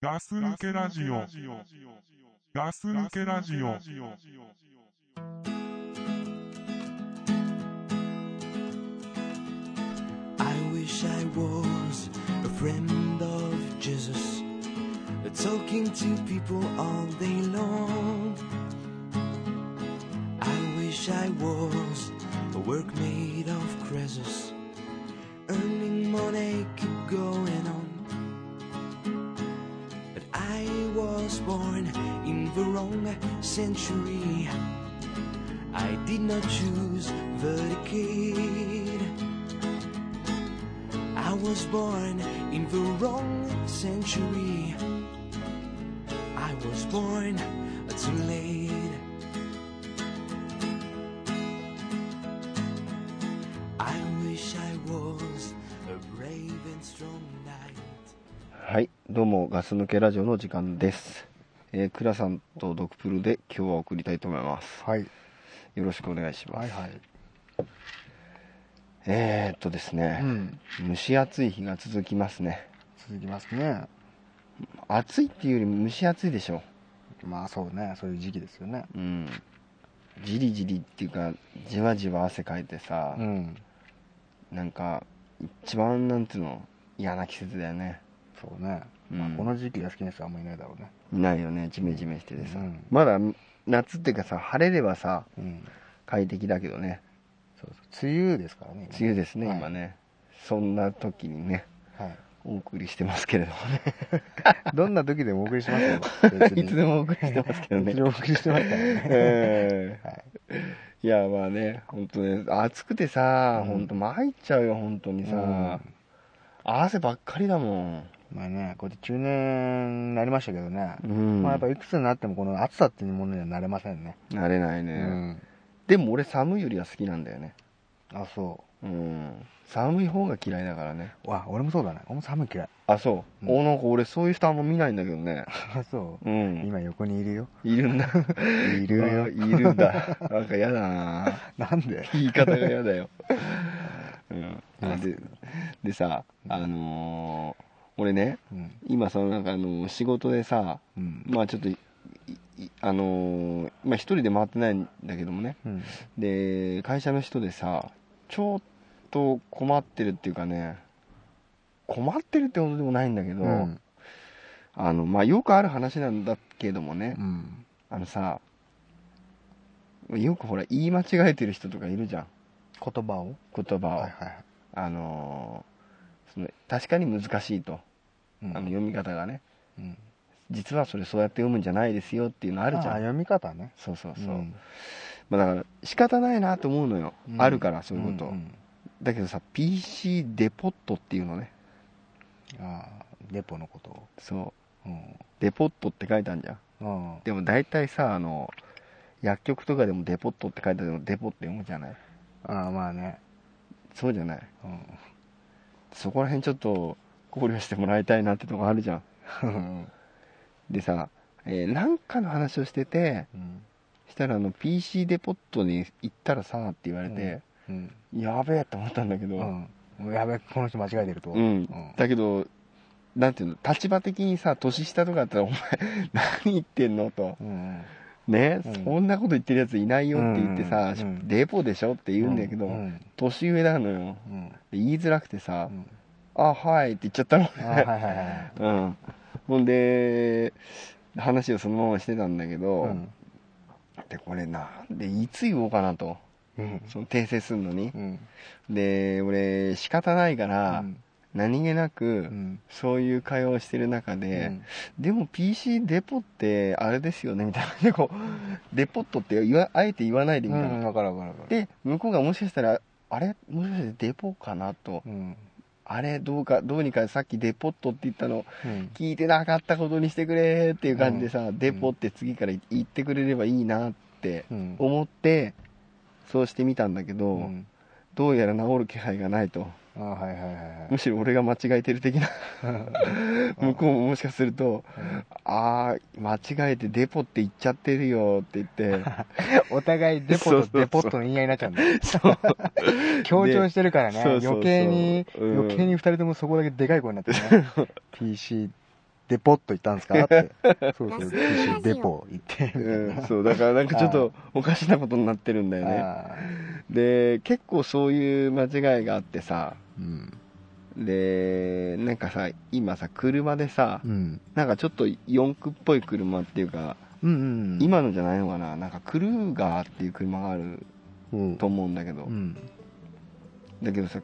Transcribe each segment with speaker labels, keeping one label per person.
Speaker 1: ガス抜けラジオ。ガス抜けラジオ。
Speaker 2: I wish I was a friend of Jesus, talking to people all day long. I wish I was a work made of crisis, earning money, keep going on. But I was born in the wrong century. I did not choose the decade. I was born in the wrong century. I was born too late. I wish I was a brave and strong knight.
Speaker 3: はい、どうもガス抜けラジオの時間です。えー、倉さんとドクプルで今日は送りたいと思います。
Speaker 4: はい、
Speaker 3: よろしくお願いしま
Speaker 4: は
Speaker 3: す。
Speaker 4: いはい、
Speaker 3: えー、っとですね
Speaker 4: う、ん、
Speaker 3: 蒸し暑い日が続きますね。
Speaker 4: 続きますね
Speaker 3: 暑いっていうよりも蒸し暑いでしょ。
Speaker 4: まあそうねそういう時期ですよね
Speaker 3: うん。じりじりっていうか、じわじわ汗かいてさ
Speaker 4: う、ん
Speaker 3: なんか、一番なんていうの、嫌な季節だよね。
Speaker 4: そうね、
Speaker 3: うん
Speaker 4: まあ、この時期が好きな人はあんまいないだろうね
Speaker 3: いないよね、ジメジメしててさ。
Speaker 4: うん
Speaker 3: まだ夏っていうかさ、晴れればさ、
Speaker 4: うん
Speaker 3: 快適だけどね。
Speaker 4: そうそう梅雨ですからね
Speaker 3: 梅雨ですね、
Speaker 4: はい
Speaker 3: 今ね。そんな時にね。
Speaker 4: はい
Speaker 3: お送りしてますけれどもね
Speaker 4: どんな時でもお送りしますよ別に
Speaker 3: いつでもお送りしてますけど
Speaker 4: いつでも
Speaker 3: ね
Speaker 4: お送りしてますからね
Speaker 3: え
Speaker 4: はい
Speaker 3: ーいやまあね本当ね暑くてさ本当参っちゃうよ本当にさ、
Speaker 4: うん
Speaker 3: 汗ばっかりだも
Speaker 4: まあねこうやって中年になりましたけどね、
Speaker 3: んうん、
Speaker 4: まあやっぱいくつになってもこの暑さっていうものにはなれませんね、
Speaker 3: 慣れないね、
Speaker 4: うん
Speaker 3: でも俺寒いよりは好きなんだよね
Speaker 4: あそ
Speaker 3: うん寒い方が嫌いだからね
Speaker 4: うわ俺もそうだね俺も寒い嫌い
Speaker 3: あそう、
Speaker 4: うん
Speaker 3: おなんか俺そういう人あんま見ないんだけどね
Speaker 4: あそうう、
Speaker 3: ん
Speaker 4: 今横にいる よ
Speaker 3: いるんだ
Speaker 4: いるよ
Speaker 3: あいるんだなんか嫌だな
Speaker 4: なんで
Speaker 3: 言い方が嫌 だよ、うん
Speaker 4: うん
Speaker 3: ででさあのー俺ね
Speaker 4: うん
Speaker 3: 今そのなんかあのー仕事でさ
Speaker 4: うん
Speaker 3: まあちょっといいあのーまあ一人で回ってないんだけどもね
Speaker 4: うん
Speaker 3: で会社の人でさちょっと困ってるっていうかね困ってるってことでもないんだけど、
Speaker 4: うん
Speaker 3: あのまあよくある話なんだけどもね
Speaker 4: うん
Speaker 3: あのさよくほら言い間違えてる人とかいるじゃん
Speaker 4: 言葉を
Speaker 3: 言葉を、
Speaker 4: はいはいはい
Speaker 3: あのーその確かに難しいと、
Speaker 4: うん
Speaker 3: あの読み方がね
Speaker 4: うん
Speaker 3: 実はそれそうやって読むんじゃないですよっていうのあるじゃ
Speaker 4: あ
Speaker 3: ん
Speaker 4: 読み方ね
Speaker 3: そうそうそう、
Speaker 4: ん
Speaker 3: まあ、だから仕方ないなと思うのよ、
Speaker 4: うん
Speaker 3: あるからそういうこと、
Speaker 4: んん
Speaker 3: だけどさ PC デポットっていうのね
Speaker 4: あーレポのことを
Speaker 3: そう
Speaker 4: うん
Speaker 3: デポットって書いてあるじゃん
Speaker 4: あ
Speaker 3: でも大体さあの薬局とかでもデポットって書いてあるのデポって読むじゃない
Speaker 4: ーあーまあね
Speaker 3: そうじゃない
Speaker 4: うん
Speaker 3: そこら辺ちょっと考慮してもらいたいなってとこあるじゃんでさ、えーなんかの話をしてて、
Speaker 4: うん
Speaker 3: したらあの PC デポットに行ったらさって言われて、
Speaker 4: うん
Speaker 3: やべえって思ったんだけど、
Speaker 4: うんやべこの人間違えてると
Speaker 3: うんだけどなんていうの立場的にさ年下とかだったら「お前 何言ってんの?」と
Speaker 4: うん
Speaker 3: 「ね、
Speaker 4: うん
Speaker 3: そんなこと言ってるやついないよ」って言ってさ「
Speaker 4: うんうん
Speaker 3: デポでしょ?」って言うんだけど、
Speaker 4: うん
Speaker 3: 年上なのよ
Speaker 4: うん
Speaker 3: 言いづらくてさ「
Speaker 4: うん
Speaker 3: あはい」って言っちゃったの
Speaker 4: あーはいはいはい
Speaker 3: うんほんで話をそのまましてたんだけど、
Speaker 4: うん
Speaker 3: でこれなんでいつ言おうかなと
Speaker 4: うん
Speaker 3: その訂正するのに
Speaker 4: う、ん
Speaker 3: で俺仕方ないから、何気なく、
Speaker 4: うん
Speaker 3: そういう会話をしてる中
Speaker 4: う
Speaker 3: で
Speaker 4: ん、
Speaker 3: でも PC デポってあれですよねみたいなで こうデポットって言わあえて言わないでみたいな、
Speaker 4: うんわかるわかるわかる
Speaker 3: で向こうがもしかしたらあれもしかしてデポかなと、
Speaker 4: うん
Speaker 3: あれどうかどうにかさっきデポットって言ったの
Speaker 4: うん
Speaker 3: 聞いてなかったことにしてくれっていう感じでさ、デポって次から言ってくれればいいなって
Speaker 4: うん
Speaker 3: 思って、そうしてみたんだけど、
Speaker 4: うん
Speaker 3: どうやら治る気配がないと。
Speaker 4: あーはいはいはいはい
Speaker 3: むしろ俺が間違えてる的な向こうももしかすると「ああ間違えてデポって言っちゃってるよ」って言って
Speaker 4: お互いデポ
Speaker 3: そうそう
Speaker 4: と
Speaker 3: そう
Speaker 4: デポットの言い合いになっちゃうんだよ
Speaker 3: そう
Speaker 4: 強調してるからね
Speaker 3: そうそうそう
Speaker 4: 余計に、
Speaker 3: うん
Speaker 4: 余計に2人ともそこだけでかい声になってね PC デポッと行ったんですか って。そう
Speaker 5: ラ
Speaker 4: そう、
Speaker 5: ス
Speaker 4: 九
Speaker 5: ベガスよ
Speaker 4: 州デポ行って。
Speaker 3: うん、そうだからなんかちょっとおかしなことになってるんだよね
Speaker 4: あ
Speaker 3: で結構そういう間違いがあってさ
Speaker 4: ーうん。
Speaker 3: でなんかさ今さ車でさ
Speaker 4: うん。
Speaker 3: なんかちょっと四駆っぽい車っていうか、
Speaker 4: うん。、
Speaker 3: 今のじゃないのかななんかクルーガーっていう車がある
Speaker 4: うん
Speaker 3: と。思うんだけど、
Speaker 4: うん。
Speaker 3: だけどさ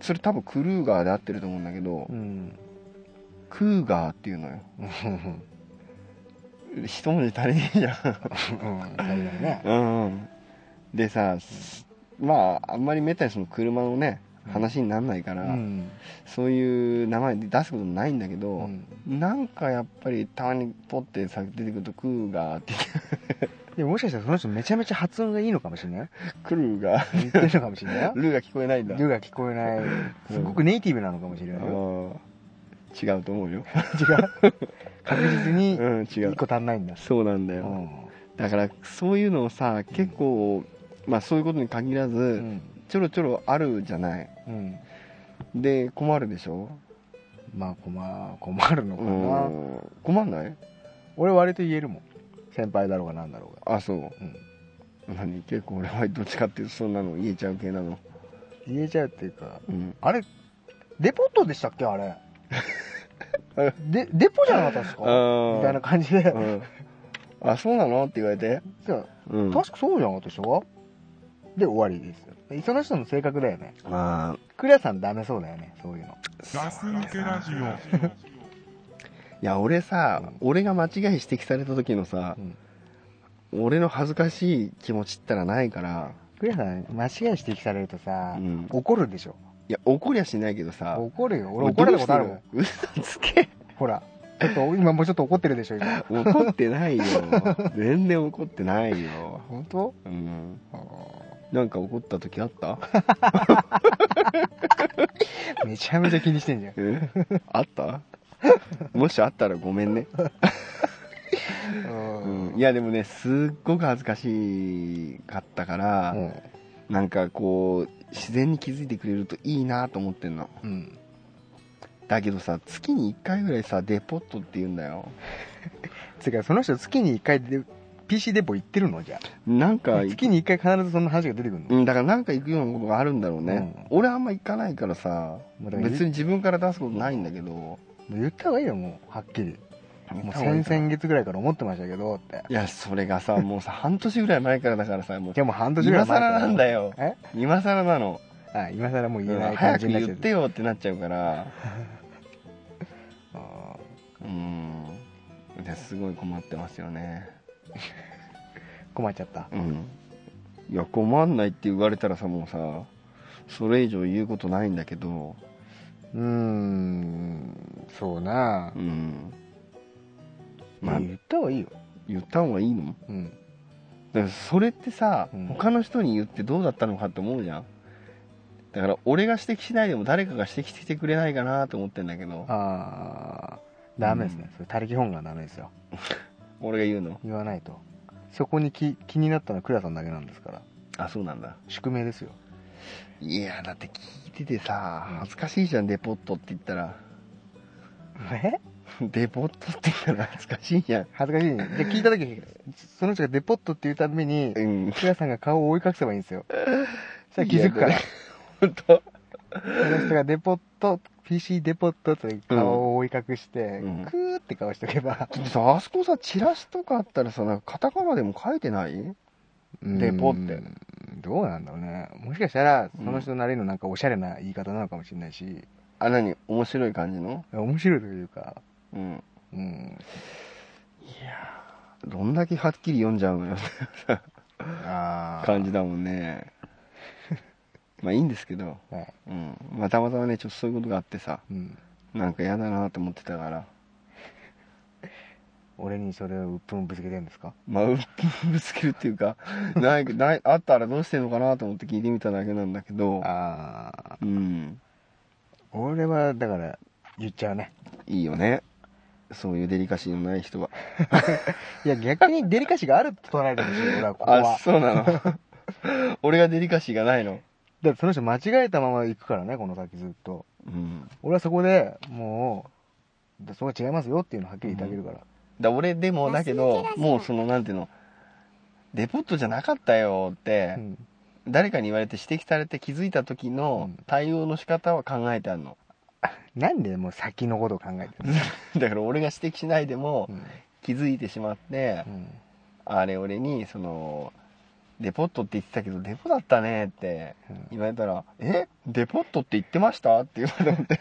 Speaker 3: それ多分クルーガーで合ってると思うんだけど、
Speaker 4: うん。
Speaker 3: クーガーっていうのよ一文字足りねえじゃん
Speaker 4: うん、足りないね。
Speaker 3: うん、でさ、すまああんまりめったにその車のね
Speaker 4: うん
Speaker 3: 話にならないか
Speaker 4: う
Speaker 3: ら、
Speaker 4: ん。
Speaker 3: そういう名前で出すことないんだけど、なんかやっぱりたまにポッてさ出てくるとクーガーって言って
Speaker 4: でももしかしたらその人めちゃめちゃ発音がいいのかもしれないよ。
Speaker 3: クル ーガー
Speaker 4: 言ってるのかもしれないよ。
Speaker 3: ルーが聞こえないんだ、
Speaker 4: ルが聞こえない。すごくネイティブなのかもしれないよ。
Speaker 3: うん違うと思 うよ、
Speaker 4: 違う。確実
Speaker 3: う
Speaker 4: に
Speaker 3: ん、違う
Speaker 4: 一個足んないんだ。
Speaker 3: そうなんだ
Speaker 4: う
Speaker 3: よ、
Speaker 4: ん。
Speaker 3: だからそういうのをさ結構、まあそういうことに限らず、
Speaker 4: うん。
Speaker 3: ちょろちょろあるじゃない
Speaker 4: うん。
Speaker 3: で困るでしょ、
Speaker 4: まあ困困るのか
Speaker 3: う
Speaker 4: な。
Speaker 3: ん、困んない
Speaker 4: 俺割と言えるもん。先輩だろうがなんだろうが。
Speaker 3: あそう、何結構俺はどっちかっていうとそんなの言えちゃう系なの
Speaker 4: 言えちゃうっていうか、
Speaker 3: うん
Speaker 4: あれ、デポットでしたっけあ れ
Speaker 3: え。
Speaker 4: で、デポじゃなかったですか
Speaker 3: あー
Speaker 4: みたいな感じで
Speaker 3: う。んあそうなのって言われて
Speaker 4: そう
Speaker 3: うん
Speaker 4: 確かそうじゃなかったでしょで、終わりですよ。その人の性格だよね。
Speaker 3: まあ
Speaker 4: クリアさんダメそうだよね、そういうの。
Speaker 1: ガス抜けラジオ。
Speaker 3: いや俺さ、
Speaker 4: うん
Speaker 3: 俺が間違い指摘された時のさ、
Speaker 4: うん
Speaker 3: 俺の恥ずかしい気持ちったらないから、
Speaker 4: クリアさん、間違い指摘されるとさ、
Speaker 3: うん
Speaker 4: 怒るでしょ。
Speaker 3: いや怒りはしないけどさ
Speaker 4: 怒るよ。俺怒られたことあるもん。
Speaker 3: どうして嘘つけ
Speaker 4: ほら。ちょっと、今もうちょっと怒ってるでしょ、今。
Speaker 3: 怒ってない よ全然怒ってないよ、
Speaker 4: 本当
Speaker 3: うん、なんか怒った時あった
Speaker 4: めちゃめちゃ気にしてんじゃん。
Speaker 3: えあった もしあったらごめんね、
Speaker 4: う
Speaker 3: うん、いやでもねすっごく恥ずかしかったから、
Speaker 4: うん
Speaker 3: なんかこう自然に気づいてくれるといいなと思ってんの
Speaker 4: うん。
Speaker 3: だけどさ月に1回ぐらいさデポットって言うんだよ
Speaker 4: つうか、その人月に一回で、PC デポ行ってるのじゃ
Speaker 3: なん
Speaker 4: あ。
Speaker 3: か
Speaker 4: 月に一回必ずその話が出てくる
Speaker 3: う
Speaker 4: の。
Speaker 3: ん、だからなんか行くようなことがあるんだろうね、俺あんま行かないからさ
Speaker 4: まあだから
Speaker 3: 別に自分から出すことないんだけど
Speaker 4: 言った方がいいよ、もう。はっきり。もう
Speaker 3: い
Speaker 4: 先々月ぐらいから思ってましたけど、って。
Speaker 3: やそ れがさもうさ半年ぐらい前からだからさもう
Speaker 4: でも半年ぐら
Speaker 3: 今
Speaker 4: い前から
Speaker 3: 更なんだよ
Speaker 4: え
Speaker 3: 今更なの
Speaker 4: あ今更もう言えない感
Speaker 3: 早
Speaker 4: じ
Speaker 3: く
Speaker 4: になっ
Speaker 3: 言
Speaker 4: ちゃ
Speaker 3: ってよってなっちゃうから
Speaker 4: あ
Speaker 3: うんですごい困ってますよね
Speaker 4: ー困っちゃった
Speaker 3: うんいや困んないって言われたらさもうさそれ以上言うことないんだけど
Speaker 4: うーんそうな
Speaker 3: うん
Speaker 4: ま
Speaker 3: ま
Speaker 4: あ
Speaker 3: あ
Speaker 4: 言った方がいいよ
Speaker 3: 言った方がいいの
Speaker 4: うん
Speaker 3: だからそれってさ、
Speaker 4: うん
Speaker 3: 他の人に言ってどうだったのかって思うじゃんだから俺が指摘しないでも誰かが指摘してきてくれないかなと思ってんだけど
Speaker 4: ああダメですね、
Speaker 3: うん
Speaker 4: それ他力本願ダメですよ
Speaker 3: 俺が言うの
Speaker 4: 言わないとそこに気気になったのは倉さんだけなんですから
Speaker 3: あそうなんだ
Speaker 4: 宿命ですよ
Speaker 3: いやだって聞いててさ
Speaker 4: うん
Speaker 3: 恥ずかしいじゃんデポットって言ったら
Speaker 4: え
Speaker 3: デポットって言ったら恥ずかしいじゃん
Speaker 4: 恥ずかしいねじゃあ聞いた時その人がデポットって言うたびに
Speaker 3: うん
Speaker 4: 倉さんが顔を覆い隠せばいいん ですよそしたら気づくか
Speaker 3: い
Speaker 4: ら
Speaker 3: や本当
Speaker 4: その人がデポット PC デポットって顔を覆い隠して、
Speaker 3: うん
Speaker 4: クーって顔しとけば、
Speaker 3: でもさあそこさチラシとかあったらさなんかカタカナでも書いてないデポって
Speaker 4: うんどうなんだろうねもしかしたらその人なりのなんかおしゃれな言い方なのかもしれないし、
Speaker 3: あ何面白い感じの
Speaker 4: 面白いというか
Speaker 3: うん
Speaker 4: うん
Speaker 3: どんだけはっきり読んじゃう のよ
Speaker 4: ああ
Speaker 3: 感じだもんねまあいいんですけど、
Speaker 4: はい
Speaker 3: うんまあ、たまたまねちょっとそういうことがあってさ
Speaker 4: うん、
Speaker 3: なんか嫌だなと思ってたから
Speaker 4: 俺にそれを鬱憤ぶつけてるんですか
Speaker 3: まあうっぷんぶつけるっていうか ないないあったらどうしてんのかなと思って聞いてみただけなんだけど
Speaker 4: ああ
Speaker 3: うん
Speaker 4: 俺はだから言っちゃうね
Speaker 3: いいよねそういうデリカシーのない人はい
Speaker 4: や逆にデリカシーがあると捉えるんですよ俺はここ
Speaker 3: あ
Speaker 4: は
Speaker 3: そうなの 俺がデリカシーがないの
Speaker 4: だってその人間違えたまま行くからねこの先ずっと
Speaker 3: うん
Speaker 4: 俺はそこでもうだそれは違いますよっていうのをはっきり言ってあげるから、
Speaker 3: だ俺でもだけどもうそのなんていうのデポットじゃなかったよって、
Speaker 4: うん
Speaker 3: 誰かに言われて指摘されて気づいた時の
Speaker 4: うん
Speaker 3: 対応の仕方は考えてあるの
Speaker 4: なんでもう先のことを考えてる
Speaker 3: だから俺が指摘しないでも
Speaker 4: うん
Speaker 3: 気づいてしまって
Speaker 4: う、ん
Speaker 3: あれ俺にそのデポットって言ってたけどデポだったねって
Speaker 4: うん
Speaker 3: 言われたら「えデポットって言ってました?」って言われ て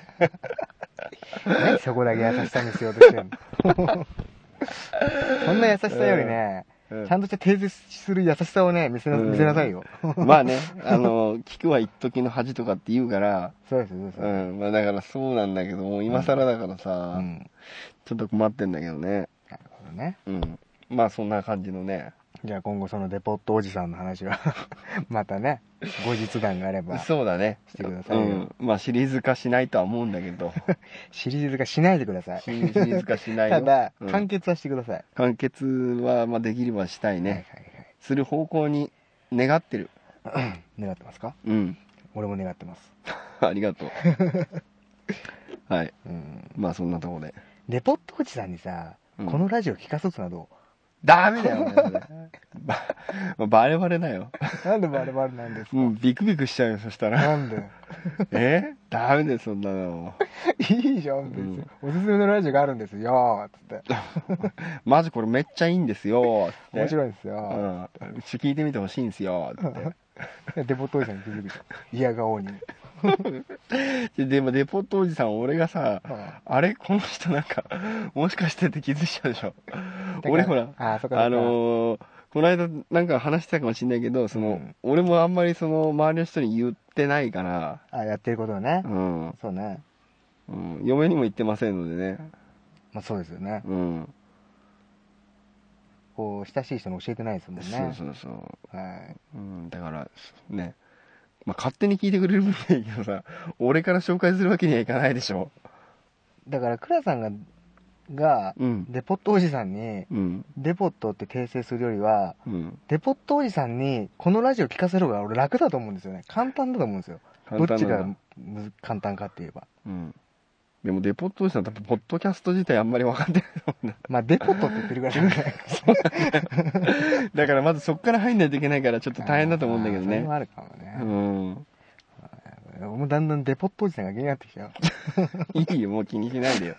Speaker 4: 何そこだけ優しさにしようとしてるの そんな優しさよりね、
Speaker 3: うん
Speaker 4: ちゃんとした訂正する優しさをね見せな,、
Speaker 3: うん
Speaker 4: 見せなさいよ
Speaker 3: まあねあの聞くは一時の恥とかって言うから、
Speaker 4: そうですそうです、
Speaker 3: うんまあ、だからそうなんだけどもう今更だから
Speaker 4: う
Speaker 3: さ、
Speaker 4: ん
Speaker 3: ちょっと困ってんだけどね
Speaker 4: なるほどね
Speaker 3: うんまあそんな感じのね
Speaker 4: じゃあ今後そのデポットおじさんの話は またね後日談があれば
Speaker 3: そうだね
Speaker 4: してくださいよ
Speaker 3: うん、まあシリーズ化しないとは思うんだけど
Speaker 4: シリーズ化しないでください
Speaker 3: シリーズ化しない
Speaker 4: た
Speaker 3: よ
Speaker 4: だ、
Speaker 3: うん
Speaker 4: 完結はしてください、
Speaker 3: 完結は、まあ、できればしたいね、
Speaker 4: はいはいはい
Speaker 3: する方向に願ってる
Speaker 4: 願ってますか
Speaker 3: うん
Speaker 4: 俺も願ってます、
Speaker 3: ありが とうはい
Speaker 4: うん、
Speaker 3: まあそんなとこで
Speaker 4: レポットおじさんにさ、
Speaker 3: うん
Speaker 4: このラジオ聞かそうとなど
Speaker 3: ダメだよね そればバレバレだよ
Speaker 4: う なんでバレバレなんですか
Speaker 3: もうビクビクしちゃうよそしたら
Speaker 4: なんで
Speaker 3: えダメだよそんなの
Speaker 4: いいじゃん別に、おすすめのラジオがあるんですよつって
Speaker 3: マジこれめっちゃいいんですよ
Speaker 4: 面
Speaker 3: い
Speaker 4: 白いんです
Speaker 3: う
Speaker 4: よ、
Speaker 3: ん、ちょ聞いてみてほしいんですよって
Speaker 4: デポットおじさんに気づくじゃん嫌顔に、
Speaker 3: ででもデポットおじさん俺がさ
Speaker 4: あ
Speaker 3: あれこの人なんかもしかしてって気づいちゃうでしょ 俺ほら
Speaker 4: あそっかそっか
Speaker 3: あのーこの間なんか話してたかもしれないけどその、
Speaker 4: うん
Speaker 3: 俺もあんまりその周りの人に言ってないから、
Speaker 4: あやってることはね
Speaker 3: う、ん
Speaker 4: そうね
Speaker 3: うん、嫁にも言ってませんのでね、
Speaker 4: まあそうですよね
Speaker 3: うん
Speaker 4: こう親しい人に教えてないですもんね
Speaker 3: そうそうそう、
Speaker 4: はい
Speaker 3: うん、だからね、まあ、勝手に聞いてくれる分にはいいけどさ俺から紹介するわけにはいかないでしょ
Speaker 4: だから倉さんがが
Speaker 3: うん
Speaker 4: デポットおじさんに
Speaker 3: うん
Speaker 4: デポットって訂正するよりは
Speaker 3: うん
Speaker 4: デポットおじさんにこのラジオ聞かせる方が俺楽だと思うんですよね簡単だと思うんですよど
Speaker 3: 簡
Speaker 4: っ
Speaker 3: 単
Speaker 4: ち
Speaker 3: な
Speaker 4: が
Speaker 3: んだ
Speaker 4: むず簡単かって言えば
Speaker 3: うんでもデポットおじさん多分ポッドキャスト自体あんまり分かって ないと思うんだ
Speaker 4: まあデポットって言ってるぐらいだから
Speaker 3: だからまずそこから入んないといけないからちょっと大変だと思うんだけど
Speaker 4: あーそれ
Speaker 3: ね
Speaker 4: もあるかも
Speaker 3: う
Speaker 4: ね、
Speaker 3: ん
Speaker 4: 俺もだんだんデポットおじさんが気になってきたよ
Speaker 3: いいよもう気に しないでよ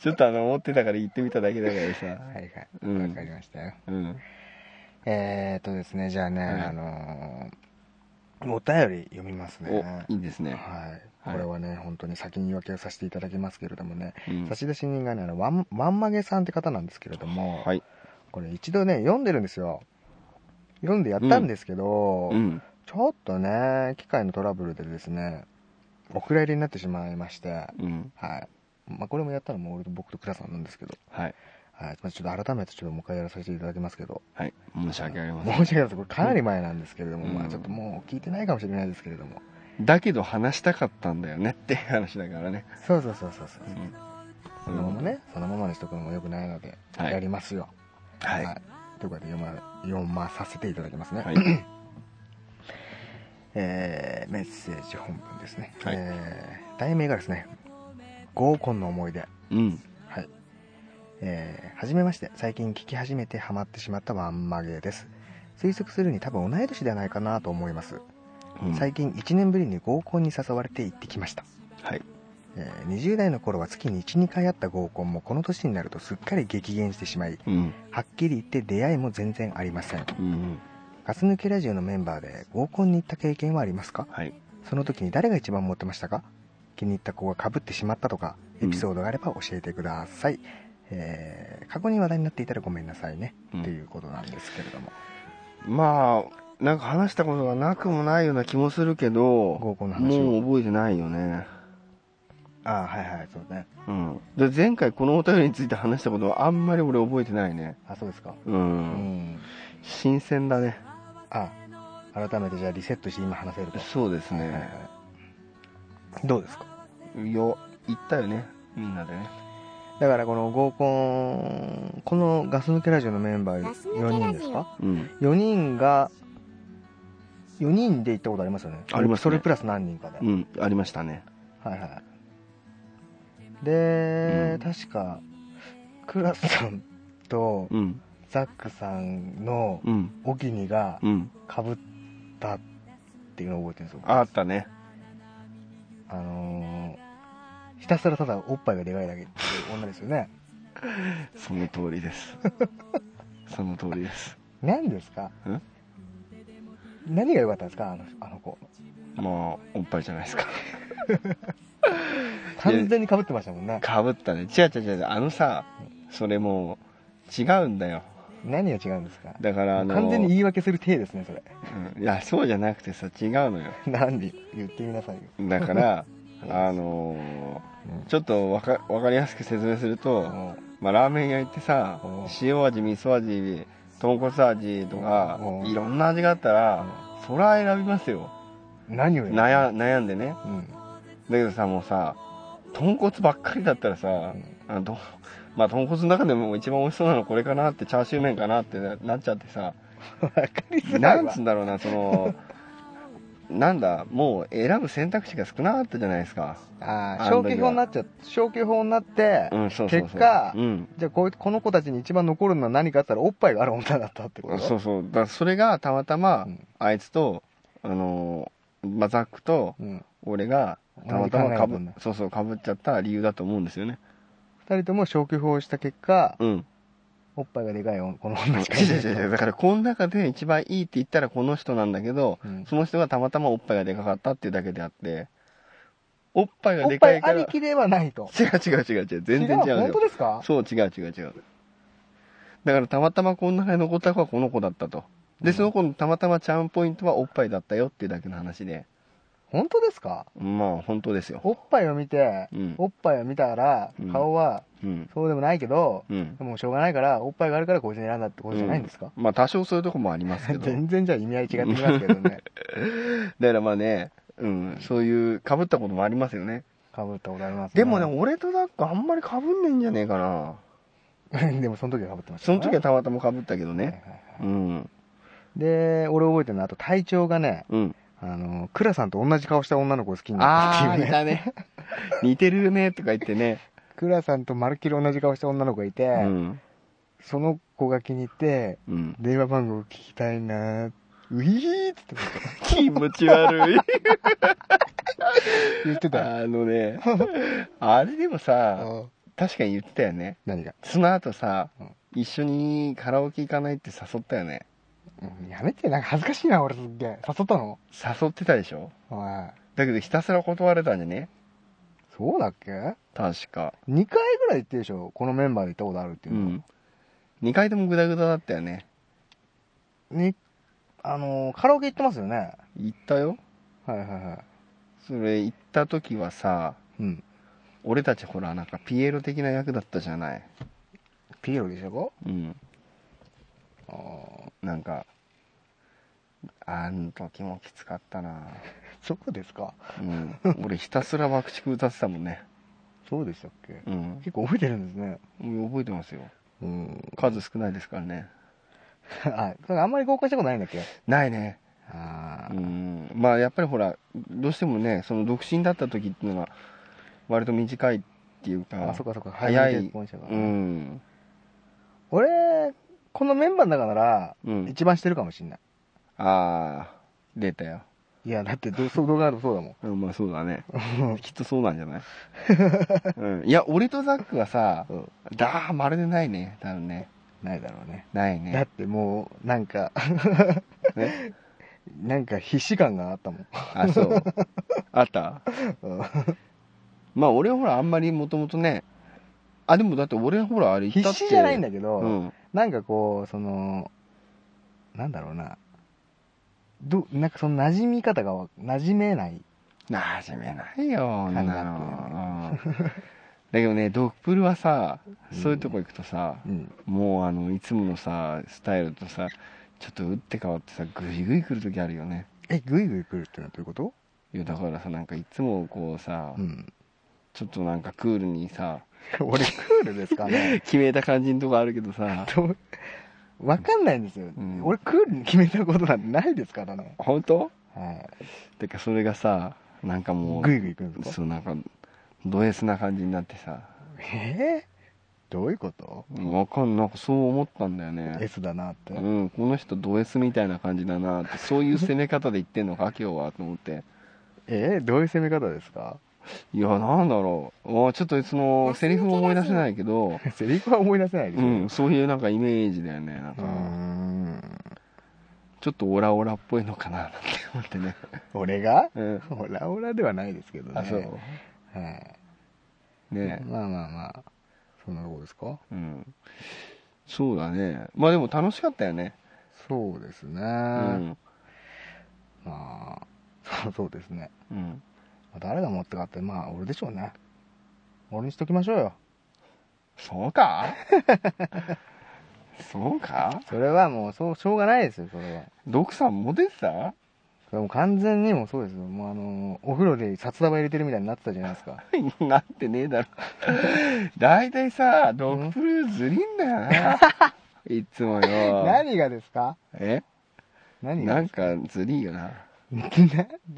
Speaker 3: ちょっとあの思ってたから言ってみただけだからさ
Speaker 4: はいはい
Speaker 3: うん
Speaker 4: わかりましたよ、
Speaker 3: うん
Speaker 4: えーっとですねじゃあね、
Speaker 3: はい
Speaker 4: あのーお便り読みます
Speaker 3: お
Speaker 4: ね
Speaker 3: いいですね
Speaker 4: はいこ
Speaker 3: はい
Speaker 4: れはね、本当に先に言い訳をさせていただきますけれどもね、
Speaker 3: うん
Speaker 4: 差出人がねあのワンワンマゲさんって方なんですけれども、
Speaker 3: はい
Speaker 4: これ一度ね読んでるんですよ読んでやったんですけど、
Speaker 3: うん
Speaker 4: ちょっとね機械のトラブルでですねお蔵入りになってしまいまして
Speaker 3: うん
Speaker 4: はい。まあ、これもやったのも俺と僕と倉さんなんですけど、
Speaker 3: はい
Speaker 4: はい。まあ、ちょっと改めてちょっともう一回やらさせていただきますけど、
Speaker 3: はい申し訳ありま
Speaker 4: 申し
Speaker 3: せ
Speaker 4: 訳な
Speaker 3: ん
Speaker 4: いです。これかなり前なんですけれども、
Speaker 3: うん
Speaker 4: まあ、ちょっともう聞いてないかもしれないですけれども。
Speaker 3: だけど話したかったんだよねっていう話だからね
Speaker 4: そうそうそうそうそう。
Speaker 3: うん
Speaker 4: そのままね、そのままにしとくのも良くないので、
Speaker 3: はい
Speaker 4: やりますよ。
Speaker 3: はい
Speaker 4: ということで読ま、読まさせていただきますね。
Speaker 3: はい
Speaker 4: えーメッセージ本文ですね。
Speaker 3: はい
Speaker 4: えー題名がですね、合コンの思い出。
Speaker 3: うん
Speaker 4: はい。えー、はじめまして、最近聞き始めてハマってしまったワンマゲーです。推測するに多分同い年ではないかなと思います。
Speaker 3: うん
Speaker 4: 最近1年ぶりに合コンに誘われて行ってきました。
Speaker 3: はい
Speaker 4: えー20代の頃は月に1、2回あった合コンもこの年になるとすっかり激減してしまい、
Speaker 3: うん
Speaker 4: はっきり言って出会いも全然ありません。
Speaker 3: うん
Speaker 4: ガス抜けラジオのメンバーで合コンに行った経験はありますか
Speaker 3: はい
Speaker 4: その時に誰が一番持ってましたか気に入った子が被ってしまったとか
Speaker 3: う
Speaker 4: エ
Speaker 3: ん
Speaker 4: ピソードがあれば教えてください、えー過去に話題になっていたらごめんなさいね、
Speaker 3: うん
Speaker 4: っていうことなんですけれども
Speaker 3: まあなんか話したことがなくもないような気もするけど
Speaker 4: 合コンの話を
Speaker 3: もう覚えてないよね
Speaker 4: ああはいはいそうね
Speaker 3: うん、で前回このお便りについて話したことはあんまり俺覚えてないね
Speaker 4: あそうですか
Speaker 3: う、
Speaker 4: うんん
Speaker 3: 新鮮だね
Speaker 4: あ改めてじゃあリセットして今話せると
Speaker 3: そうです
Speaker 4: はいはい
Speaker 3: ね
Speaker 4: はいどうですか
Speaker 3: よ行ったよねみんなでね
Speaker 4: だからこの合コンこのガス抜けラジオのメンバー4人ですか
Speaker 3: うん
Speaker 4: 4人が4人で行ったことありますよね
Speaker 3: ありますね
Speaker 4: それプラス何人かで、
Speaker 3: うんありましたね
Speaker 4: はいはいで、
Speaker 3: うん
Speaker 4: 確かクラさんと
Speaker 3: うん、
Speaker 4: ザックさんの
Speaker 3: うん、
Speaker 4: オギニが
Speaker 3: うん。
Speaker 4: かぶったっていうのを覚えてるんですよ
Speaker 3: あったね。
Speaker 4: あのーひたすらただおっぱいがでかいだけっていう女ですよね
Speaker 3: その通りです。 その通りです。
Speaker 4: 何ですか
Speaker 3: ん
Speaker 4: 何が良かったんですかあのあの子
Speaker 3: まあ、おっぱいじゃないですか。
Speaker 4: 完全にかぶってましたもんね
Speaker 3: かぶったね。違う違う違う。あのさ、それもう、違うんだよ。
Speaker 4: 何が違うんですか
Speaker 3: だから、あの、
Speaker 4: 完全に言い訳する体ですねそれ
Speaker 3: うんいや、そうじゃなくてさ、違うのよ。
Speaker 4: なんで言ってみなさいよ
Speaker 3: だ から、
Speaker 4: うん
Speaker 3: あの
Speaker 4: うん
Speaker 3: ーちょっとわかわかりやすく説明すると、
Speaker 4: も
Speaker 3: まあ、ラーメン屋行ってさ
Speaker 4: うん、
Speaker 3: 塩味、味噌味、豚骨味とか
Speaker 4: うん、
Speaker 3: いろんな味があったら、そら選びますよ。
Speaker 4: う何よりも
Speaker 3: 悩悩んでね。
Speaker 4: うん
Speaker 3: だけどさ、もうさ、豚骨ばっかりだったらさ、あのどまあ、豚骨の中でも一番美味しそうなのこれかなって、チャーシュー麺かなってななっちゃってさ、
Speaker 4: わかりづら
Speaker 3: ないん
Speaker 4: わ
Speaker 3: つうんだろうな、その、なんだ、もう選ぶ選択肢が少なかったじゃないですか。
Speaker 4: ああ
Speaker 3: あ
Speaker 4: 消
Speaker 3: の
Speaker 4: 去
Speaker 3: 時は
Speaker 4: 表になっちゃ消去法になって、
Speaker 3: うん、そうそうそう。
Speaker 4: 結果
Speaker 3: うん。
Speaker 4: じゃあこうこの子たちに一番残るのは何かあったらおっぱいがある女だったってこと
Speaker 3: そうそう。だからそれがたまたま
Speaker 4: うん、
Speaker 3: あいつと、あの、まあ、ザックと、
Speaker 4: うん、
Speaker 3: 俺が、たまたまかぶ
Speaker 4: 同じ考えだったんだ、
Speaker 3: そうそう、かぶっちゃった理由だと思うんですよね。
Speaker 4: 2人とも消去法をした結果
Speaker 3: うん。
Speaker 4: おっぱいがでかいこの女しか
Speaker 3: 違
Speaker 4: い
Speaker 3: う違う違う違う。
Speaker 4: ない
Speaker 3: だから、この中で一番いいって言ったらこの人なんだけど、
Speaker 4: うん
Speaker 3: その人がたまたまおっぱいがでかかったっていうだけであって、おっぱいが
Speaker 4: おっ
Speaker 3: で
Speaker 4: ぱ
Speaker 3: かい
Speaker 4: い
Speaker 3: か
Speaker 4: あ
Speaker 3: ら、違
Speaker 4: り
Speaker 3: う
Speaker 4: きではないと
Speaker 3: 違う違う違う、全然違う
Speaker 4: 本
Speaker 3: よ
Speaker 4: 当。ですか
Speaker 3: そう、違う違う違う。だから、たまたまこの中に残った子はこの子だったと。で、その子のたまたまチャームポイントはおっぱいだったよっていうだけの話で。
Speaker 4: 本当ですか
Speaker 3: まあ、本当ですよ。
Speaker 4: おっぱいを見て、
Speaker 3: うん
Speaker 4: おっぱいを見たら
Speaker 3: うん
Speaker 4: 顔は
Speaker 3: うん。
Speaker 4: そうでもないけど、
Speaker 3: うん。
Speaker 4: もうしょうがないからおっぱいがあるからこいつに選んだってことじゃないんですか、
Speaker 3: まあ、多少そういうとこもあります けど。だ
Speaker 4: 全然じゃあ意味合い違ってきますけどね
Speaker 3: からまあね、うん、そういう被ったこともありますよね。
Speaker 4: かぶったことあります
Speaker 3: でもね、俺とダックあんまり被んねえんじゃねえかな。
Speaker 4: でもその時はかぶってました
Speaker 3: そ
Speaker 4: から
Speaker 3: の
Speaker 4: ね、
Speaker 3: 時はたまたま被ったけど
Speaker 4: はい
Speaker 3: ね。
Speaker 4: はいはい
Speaker 3: うん。
Speaker 4: で俺覚えてるのはあと隊長がね
Speaker 3: うん。
Speaker 4: あのクラさんと同じ顔した女の子を好きになった
Speaker 3: あ
Speaker 4: っ
Speaker 3: あ、
Speaker 4: てい
Speaker 3: いう
Speaker 4: ね
Speaker 3: たね。 似てるねとか言ってね。
Speaker 4: クラさんとまるっきり同じ顔した女の子がいて、
Speaker 3: うん。
Speaker 4: その子が気に入って
Speaker 3: うん。
Speaker 4: 電話番号聞きたいなウィーっつって
Speaker 3: 気持ち 悪い。
Speaker 4: 言ってたよ
Speaker 3: あのね、あれでもさ、
Speaker 4: うん
Speaker 3: 確かに言ってたよね。
Speaker 4: 何が、
Speaker 3: その後さ
Speaker 4: うん、
Speaker 3: 一緒にカラオケ行かないって誘ったよね。
Speaker 4: うんやめてなんか恥ずかしいな俺すっげえ誘ったの
Speaker 3: 誘ってたでしょ
Speaker 4: おい
Speaker 3: だけどひたすら断れたんじゃね
Speaker 4: そうだっけ
Speaker 3: 確か。
Speaker 4: 2回ぐらい言ってるでしょこのメンバーで行ったことあるっていううの、
Speaker 3: ん。2回ともグダグダだったよね。
Speaker 4: にあのーカラオケ行ってますよね
Speaker 3: 行ったよ。
Speaker 4: はいはいは
Speaker 3: それ行った時はさ、
Speaker 4: いうん
Speaker 3: 俺たちほらなんかピエロ的な役だったじゃない。
Speaker 4: ピエロでしょ
Speaker 3: うん。
Speaker 4: あー
Speaker 3: なんか、あの時もきつかったな
Speaker 4: そうですか
Speaker 3: うん。俺ひたすら爆竹歌ってたもんね。
Speaker 4: そうでしたっけ
Speaker 3: うん。
Speaker 4: 結構覚えてるんですね
Speaker 3: 覚えてますよ。
Speaker 4: うん
Speaker 3: 数少ないですからね。
Speaker 4: あそれあんまり合格したことないんだっけ
Speaker 3: ないね。
Speaker 4: あ
Speaker 3: う
Speaker 4: あ
Speaker 3: ん。まあやっぱりほら、どうしてもね、その独身だった時っていうのは、割と短いっていうか、
Speaker 4: あそっかそっか
Speaker 3: 早い
Speaker 4: 早めに結婚したから
Speaker 3: う
Speaker 4: ね
Speaker 3: ん。
Speaker 4: 俺このメンバーの中なら
Speaker 3: うん。
Speaker 4: 一番してるかもしんない
Speaker 3: ああ、出たよ。
Speaker 4: いやだってどそう動画あるとそうだもん
Speaker 3: うん、まあそうだね。きっとそうなんじゃない うん。いや、俺とザックはさ、
Speaker 4: うん
Speaker 3: だー、まるでないね。多分ね。
Speaker 4: ないだろうね
Speaker 3: ない
Speaker 4: だっ
Speaker 3: ね。
Speaker 4: てもうなんか
Speaker 3: ね
Speaker 4: なんか必死感があったもん
Speaker 3: あ、そう。あった
Speaker 4: うん
Speaker 3: まあ俺はほら、あんまりもともとね、あ、でもだって俺ほら、あれ行った
Speaker 4: 必死
Speaker 3: って。
Speaker 4: じゃないんだけど、
Speaker 3: うん。
Speaker 4: なんかこうそのなんだろうなどなんかその馴染み方がわ馴染めない
Speaker 3: なじめないよ、あんな
Speaker 4: 感
Speaker 3: の。うんだけどね、ドップルはさ、そういうとこ行くとさ、
Speaker 4: うん
Speaker 3: もうあの、いつものさ、スタイルとさ、ちょっと打って変わってさ、グイグイ来る時あるよね。
Speaker 4: えグイグイ来るってのはどういうこと
Speaker 3: いやだからさなんかいつもこうさ、
Speaker 4: うん
Speaker 3: ちょっとなんかクールにさ
Speaker 4: 俺クールですかね
Speaker 3: 決めた感じのとこあるけど さ
Speaker 4: どう わかんないんですよ、
Speaker 3: うん
Speaker 4: 俺クールに決めたことなんてないですからね、
Speaker 3: 本当
Speaker 4: はい、
Speaker 3: てかそれがさなんかもう
Speaker 4: グイグイ行くんですか
Speaker 3: そうなんかド S な感じになってさ
Speaker 4: えー、どういうこと
Speaker 3: わかんなんかそう思ったんだよね
Speaker 4: ?S だなって。
Speaker 3: うんこの人ド S みたいな感じだなってそういう攻め方で言ってん のか今日はと思って
Speaker 4: えー、どういう攻め方ですか
Speaker 3: いやなんだろうあーちょっとそのセリフを思い出せない けど
Speaker 4: セリフは思い出せないです
Speaker 3: う
Speaker 4: よ。
Speaker 3: んそういうなんかイメージだよねなん
Speaker 4: うー
Speaker 3: か
Speaker 4: ん。
Speaker 3: ちょっとオラオラっぽいのかななんて思っ てね
Speaker 4: 俺が
Speaker 3: うん
Speaker 4: オラオラではないですけどね。
Speaker 3: あそう
Speaker 4: はい。
Speaker 3: ね
Speaker 4: まあまあまあ。そんなとこですか
Speaker 3: うんそうだねまあでも楽しかったよね
Speaker 4: そうですね。
Speaker 3: うん
Speaker 4: まあ、そうそうですね。
Speaker 3: うん
Speaker 4: まあ誰が持ってかって、まあ俺でしょうね。俺にしときましょうよ。
Speaker 3: そうか そうか
Speaker 4: それはもう、そう、しょうがないですよ、それは。
Speaker 3: ドクさんモテてた
Speaker 4: それはもう完全にもうそうですよ。もうあの、お風呂で札束入れてるみたいになってたじゃないですか。
Speaker 3: なってねえだろ。大体さ、ドップルずりんだよな。いつもよ。
Speaker 4: 何がですか
Speaker 3: え
Speaker 4: 何が
Speaker 3: なん
Speaker 4: です
Speaker 3: かずりいよな。
Speaker 4: な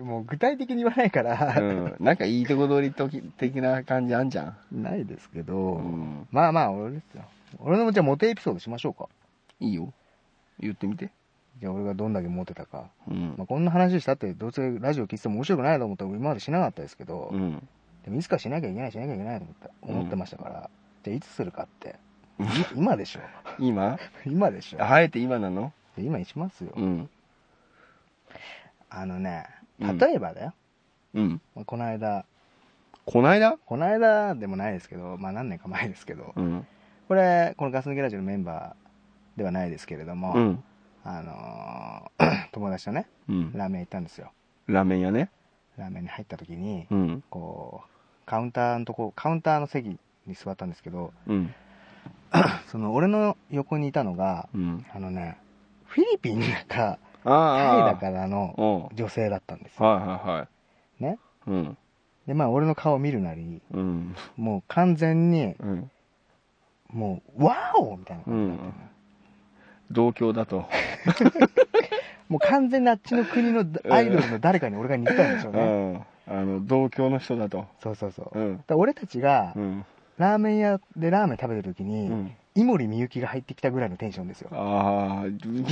Speaker 4: もう具体的に言わないか
Speaker 3: う
Speaker 4: ら、
Speaker 3: ん。なんかいいとこ取りとき的な感じあんじゃん。
Speaker 4: ないですけど、
Speaker 3: うん。
Speaker 4: まあまあ俺ですよ。俺のじゃあモテエピソードしましょうか。
Speaker 3: いいよ。言ってみて。
Speaker 4: じゃあ俺がどんだけモテたか。
Speaker 3: うん
Speaker 4: まあ、。こんな話したって、どうせラジオ聞いてても面白くないと思ったら今までしなかったですけど、
Speaker 3: うん。
Speaker 4: でもいつかしなきゃいけないしなきゃいけないと思った思ってましたから、じゃあいつするか って
Speaker 3: うん
Speaker 4: 今今でしょ
Speaker 3: 今
Speaker 4: 今でしょ
Speaker 3: あえて今なの
Speaker 4: で今にしますよ、
Speaker 3: うん。
Speaker 4: あのね
Speaker 3: うん
Speaker 4: 例えばだよ、
Speaker 3: うん。
Speaker 4: まあこの間
Speaker 3: こないだ
Speaker 4: この間でもないですけどまあ何年か前ですけど
Speaker 3: うん。
Speaker 4: これこのガス抜けラジオのメンバーではないですけれども、
Speaker 3: うん。
Speaker 4: あのー 友達とね
Speaker 3: うん。
Speaker 4: ラーメン行ったんですよ
Speaker 3: ラーメン屋ね。
Speaker 4: ラーメンに入った時に、
Speaker 3: うん。
Speaker 4: こうカウンターのとこカウンターの席に座ったんですけど
Speaker 3: うん。
Speaker 4: その俺の横にいたのが
Speaker 3: うん。
Speaker 4: あのね、フィリピンだか、
Speaker 3: ああ
Speaker 4: タイ
Speaker 3: ああ。
Speaker 4: だからの
Speaker 3: うん。はい
Speaker 4: 女性だったんですよ。
Speaker 3: はいはい。
Speaker 4: ね
Speaker 3: うん。
Speaker 4: で、まあ俺の顔を見るなり、
Speaker 3: うん。
Speaker 4: もう完全に、
Speaker 3: うん。
Speaker 4: もう、ワオみたいな感じになってるのよ
Speaker 3: 同郷だと。
Speaker 4: もう完全にあっちの国のアイドルの誰かに俺が似てたんでしょう
Speaker 3: う
Speaker 4: ね。
Speaker 3: ん、あの同郷の人だと、
Speaker 4: そうそうそう。だ
Speaker 3: う
Speaker 4: か
Speaker 3: ん
Speaker 4: ら俺たちが
Speaker 3: う、ん
Speaker 4: ラーメン屋でラーメン食べてる時
Speaker 3: う
Speaker 4: に、
Speaker 3: ん、
Speaker 4: 井森美幸が入ってきたぐらいのテンションですよ。
Speaker 3: ああ微妙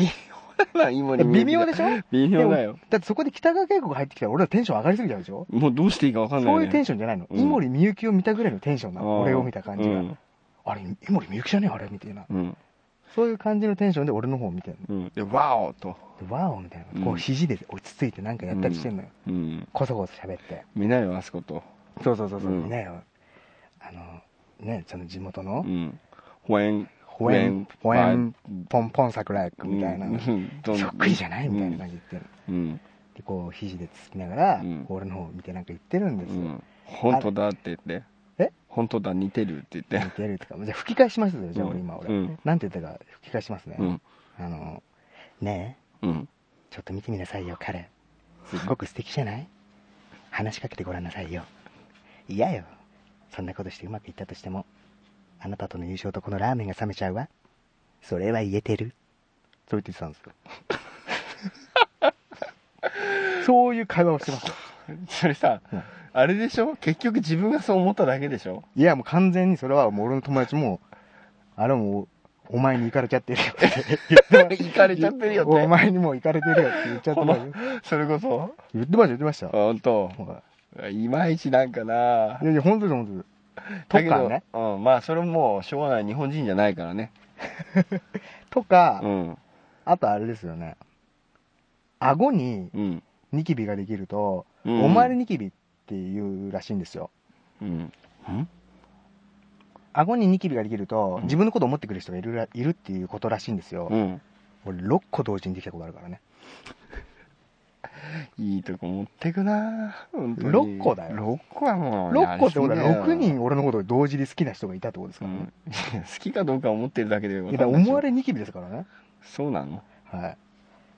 Speaker 3: だな今に見
Speaker 4: 微
Speaker 3: えて
Speaker 4: 妙でしょ
Speaker 3: 微妙だ
Speaker 4: で
Speaker 3: よ
Speaker 4: もだってそこで北川景子が入ってきたら俺らテンション上がりすぎちゃうでしょ
Speaker 3: もうどうしていいか分かんない、ね、
Speaker 4: そういうテン
Speaker 3: シ
Speaker 4: ションじゃないの。
Speaker 3: うん
Speaker 4: 井森美幸を見たぐらいのテンションなの。俺を見た感じ
Speaker 3: う
Speaker 4: が。
Speaker 3: ん
Speaker 4: あれ、井森美幸じゃねえあれみたいな。
Speaker 3: うん
Speaker 4: そういう感じのテンションで俺の方を見てる
Speaker 3: うんでワオと、
Speaker 4: の。でワオみたいな。
Speaker 3: う
Speaker 4: こ
Speaker 3: ん
Speaker 4: う肘で落ち着いてなんかやったりしてんのよ。
Speaker 3: うん、
Speaker 4: こそこそ喋って。
Speaker 3: 見ないよあそこと
Speaker 4: そうそうそうそう。
Speaker 3: うん
Speaker 4: ねよ。あの、ね、その地元
Speaker 3: う
Speaker 4: の、
Speaker 3: んホエン
Speaker 4: ほえん、ほえん、ポンポン桜井くんみたいな。そっくりじゃないみたいな感じで言ってるの。
Speaker 3: うん、うん
Speaker 4: で、こう肘でつきながら
Speaker 3: うん、
Speaker 4: 俺の方を見てなんか言ってるんです
Speaker 3: う
Speaker 4: よ。
Speaker 3: ん、本当だって言って
Speaker 4: え
Speaker 3: 本当だ似てるって言っ
Speaker 4: 似
Speaker 3: て
Speaker 4: てるとか。じゃあ吹き返しますよ。じゃあ
Speaker 3: うん
Speaker 4: 俺今俺
Speaker 3: うん。
Speaker 4: なんて言ったか吹き返しますね
Speaker 3: う。ん
Speaker 4: あの、ねえ。
Speaker 3: うん
Speaker 4: ちょっと見てみなさいよ、彼。すっごく素敵じゃない話しかけてごらんなさいよ。嫌よ。そんなことしてうまくいったとしても、あなたとの優勝とこのラーメンが冷めちゃうわ。それは言えてる。そう言ってたんですよ。 そういう会話をしてますよ。
Speaker 3: それさ、
Speaker 4: うん
Speaker 3: あれでしょ結局自分がそう思っただけでしょ
Speaker 4: いや、もう完全にそれはもう俺の友達も、あれはもう、お前に行かれちゃってるよって 言ってまし
Speaker 3: 行かれちゃってるよって
Speaker 4: お前にもう行かれてるよって言っちゃってましたよ。
Speaker 3: それこそ
Speaker 4: 言ってました、言ってました。
Speaker 3: 本当
Speaker 4: はい
Speaker 3: まいちなんかない
Speaker 4: やいや、本当です、本当です。と
Speaker 3: だけ
Speaker 4: か
Speaker 3: ど
Speaker 4: ね。
Speaker 3: うん、まあそれもうしょうがない日本人じゃないからね
Speaker 4: とか、
Speaker 3: うん
Speaker 4: あとあれですよね。顎に
Speaker 3: うん、
Speaker 4: ニキビができると、
Speaker 3: うん
Speaker 4: おまれニキビっていうらしいんですよ。
Speaker 3: うん、
Speaker 4: 顎にニキビができると、
Speaker 3: うん
Speaker 4: 自分のことを思ってくる人がいるらいるっていうことらしいんですよ。
Speaker 3: うん、
Speaker 4: 俺、6個同時にできたことあるからね。
Speaker 3: いいとこ持ってくな本当に
Speaker 4: 六個だよ
Speaker 3: 六個はもう
Speaker 4: 6個ってこと
Speaker 3: や
Speaker 4: は
Speaker 3: りすぎだよ
Speaker 4: 6人俺のことを同時に好きな人がいたってことです
Speaker 3: う
Speaker 4: からね。
Speaker 3: ん、い や好きかどうか思ってるだけで
Speaker 4: いや、だから思われニキビですからね。
Speaker 3: そうなの
Speaker 4: はい。っ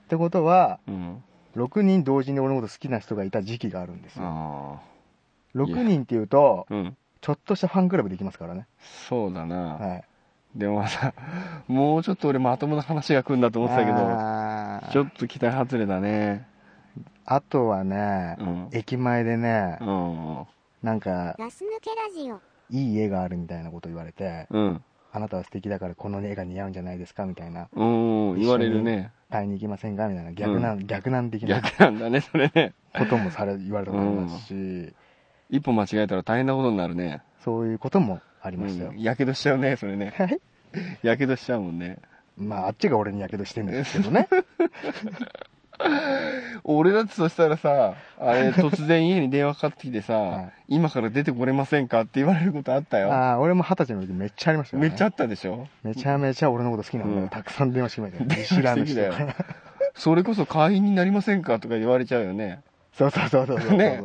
Speaker 4: てことは、
Speaker 3: うん
Speaker 4: 6人同時に俺のこと好きな人がいた時期があるんですよ。
Speaker 3: あ
Speaker 4: 6人っていうと、
Speaker 3: あうん
Speaker 4: ちょっとしたファンクラブできますからね。
Speaker 3: そうだな、
Speaker 4: はい。
Speaker 3: でもさ もうちょっと俺まともな話が来るんだと思ってたけど
Speaker 4: あー
Speaker 3: ちょっと期待外れだね
Speaker 4: あとはね
Speaker 3: う、ん
Speaker 4: 駅前でね
Speaker 3: う、んうん
Speaker 4: なんか
Speaker 5: ガス抜けラジオ。
Speaker 4: いい絵があるみたいなこと言われて
Speaker 3: うん。
Speaker 4: あなたは素敵だからこの絵が似合うんじゃないですかみたいな
Speaker 3: うん、言われるね。
Speaker 4: 買いに行きませんかみたいな逆な、ん、逆難的な
Speaker 3: 逆なんだね、それね。
Speaker 4: こともされ言われたことありますし、
Speaker 3: 一歩間違えたら大変なことになるね。
Speaker 4: そういうこともありましたよ、
Speaker 3: やけどしちゃうね、それね。
Speaker 4: はい
Speaker 3: やけどしちゃうもんね。
Speaker 4: まああっちが俺にやけどしてるんですけど ね
Speaker 3: 俺だってそしたらさ、あれ、突然家に電話かかってきてさ、
Speaker 4: はい
Speaker 3: 今から出てこれませんかって言われることあったよ。
Speaker 4: ああ俺も二十歳の時めっちゃありましたよ、ね、
Speaker 3: めっちゃあったでしょ
Speaker 4: めちゃめちゃ俺のこと好きなんだよ、
Speaker 3: うん
Speaker 4: たくさん電話してくれて
Speaker 3: 電話
Speaker 4: 見知らぬ
Speaker 3: してき
Speaker 4: 人
Speaker 3: たよ
Speaker 4: から
Speaker 3: それこそ会員になりませんかとか言われちゃうよね。
Speaker 4: そうそうそうそうそうそう、
Speaker 3: ね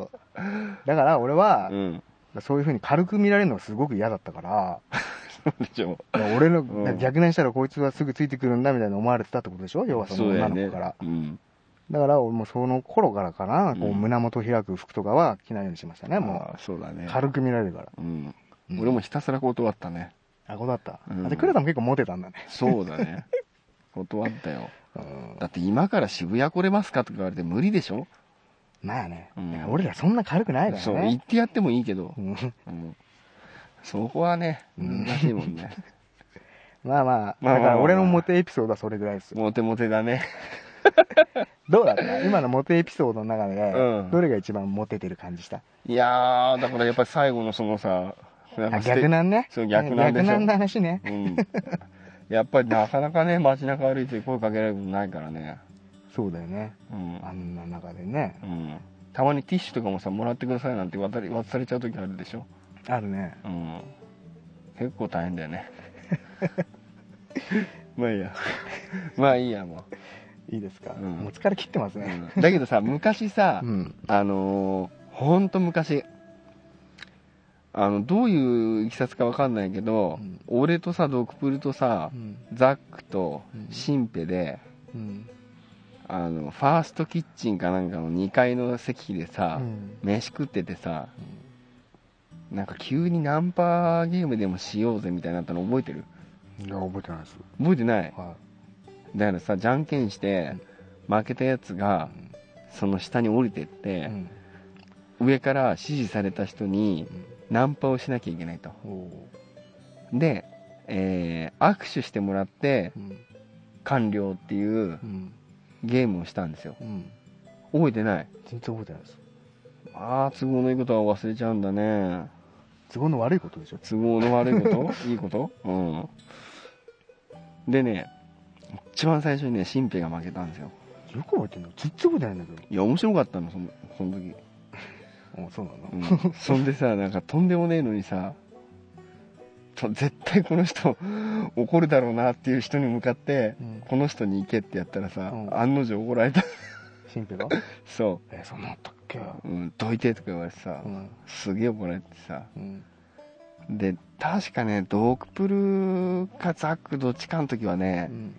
Speaker 4: だから俺は
Speaker 3: う、ん。
Speaker 4: そういうふうに軽く見られるのがすごく嫌だったから
Speaker 3: そうでしょ。
Speaker 4: いや俺の、
Speaker 3: うん
Speaker 4: 逆難したらこいつはすぐついてくるんだみたいに思われてたってことでしょ要はその
Speaker 3: そう
Speaker 4: 女
Speaker 3: だよ
Speaker 4: の
Speaker 3: ね
Speaker 4: 子からだ,、。
Speaker 3: うん。
Speaker 4: から俺もその頃からかな、こ
Speaker 3: う
Speaker 4: うん胸元開く服とかは着ないようにしましたねも
Speaker 3: あーそうだ
Speaker 4: う
Speaker 3: ね。
Speaker 4: 軽く見られるから
Speaker 3: うん。
Speaker 4: うん
Speaker 3: 俺もひたすら断ったね。
Speaker 4: あこうだった、
Speaker 3: うん
Speaker 4: あで倉田も結構モテたんだね、
Speaker 3: そうだね。 断ったよ。
Speaker 4: うん
Speaker 3: だって今から渋谷来れますかとか言われて無理でしょ
Speaker 4: まあね、
Speaker 3: うん
Speaker 4: 俺らそんな軽くないからね
Speaker 3: そう、行ってやってもいいけど
Speaker 4: う。ん
Speaker 3: うんそこはね、
Speaker 4: うん
Speaker 3: 難しいも んね。
Speaker 4: まあまあ
Speaker 3: まあまあまあ
Speaker 4: だから俺のモテエピソードはそれぐらいですよ
Speaker 3: モテモテだね。
Speaker 4: どうだった今のモテエピソードの中で、
Speaker 3: うん
Speaker 4: どれが一番モテてる感じした
Speaker 3: いやー、だからやっぱり最後のそのさ、やっ
Speaker 4: あ
Speaker 3: ぱ捨て
Speaker 4: 逆なんね
Speaker 3: そう逆なんで
Speaker 4: 逆
Speaker 3: しょ
Speaker 4: なんの話ね
Speaker 3: うん。やっぱりなかなかね、街中歩いて声かけられることないからね。
Speaker 4: そうだよね
Speaker 3: うん。
Speaker 4: あんな中でね
Speaker 3: うん。たまにティッシュとかもさ、もらってくださいなんて渡り渡されちゃう時あるでしょ。
Speaker 4: あるね
Speaker 3: うん。結構大変だよ ね。まあいいや。まあいいや、も
Speaker 4: いいですか、
Speaker 3: うん
Speaker 4: もう疲れ切ってます
Speaker 3: う。
Speaker 4: ね
Speaker 3: うんだけどさ、昔さ、
Speaker 4: ん、
Speaker 3: あのー、ほんと昔、あの、どういういきさつかわかんないけど、
Speaker 4: うん
Speaker 3: 俺とさ、ドクプルとさ
Speaker 4: う、ん
Speaker 3: ザックと
Speaker 4: うん
Speaker 3: シンペで、
Speaker 4: うん
Speaker 3: あの、ファーストキッチンかなんかの2階の席でさ、飯食っててさ、なんか急にナンパゲームでもしようぜみたいになったの覚えてる
Speaker 4: いや覚えてないです
Speaker 3: 覚えてない
Speaker 4: は
Speaker 3: だからさじゃんけんして負けたやつがその下に降りてって
Speaker 4: う、ん
Speaker 3: 上から指示された人にナンパをしなきゃいけないと
Speaker 4: おー
Speaker 3: で、えー握手してもらって
Speaker 4: うん
Speaker 3: 完了っていう
Speaker 4: うん
Speaker 3: ゲームをしたんですよ
Speaker 4: うん
Speaker 3: 覚えてない
Speaker 4: 全然覚えてないです
Speaker 3: ああ都合のいいことは忘れちゃうんだね
Speaker 4: 都合の悪いことでしょ
Speaker 3: 都合の悪いこといいことうんでね一番最初にね新兵が負けたんですよ
Speaker 4: よく覚えてんの全然覚えてないんだけ
Speaker 3: いや面白かったのそのその時
Speaker 4: どあそうなの、
Speaker 3: うんそんでさなんかとんでもねえのにさと絶対この人怒るだろうなっていう人に向かって、
Speaker 4: うん
Speaker 3: この人に行けってやったらさ、
Speaker 4: うん
Speaker 3: 案の定怒られた
Speaker 4: 新兵が
Speaker 3: そ
Speaker 4: えそんなあったっけ
Speaker 3: う、うん、どいてとか言われてさ、
Speaker 4: うん
Speaker 3: すげえ怒られてさ
Speaker 4: うん
Speaker 3: で確かねドクプルかザックどっちかの時はね
Speaker 4: うん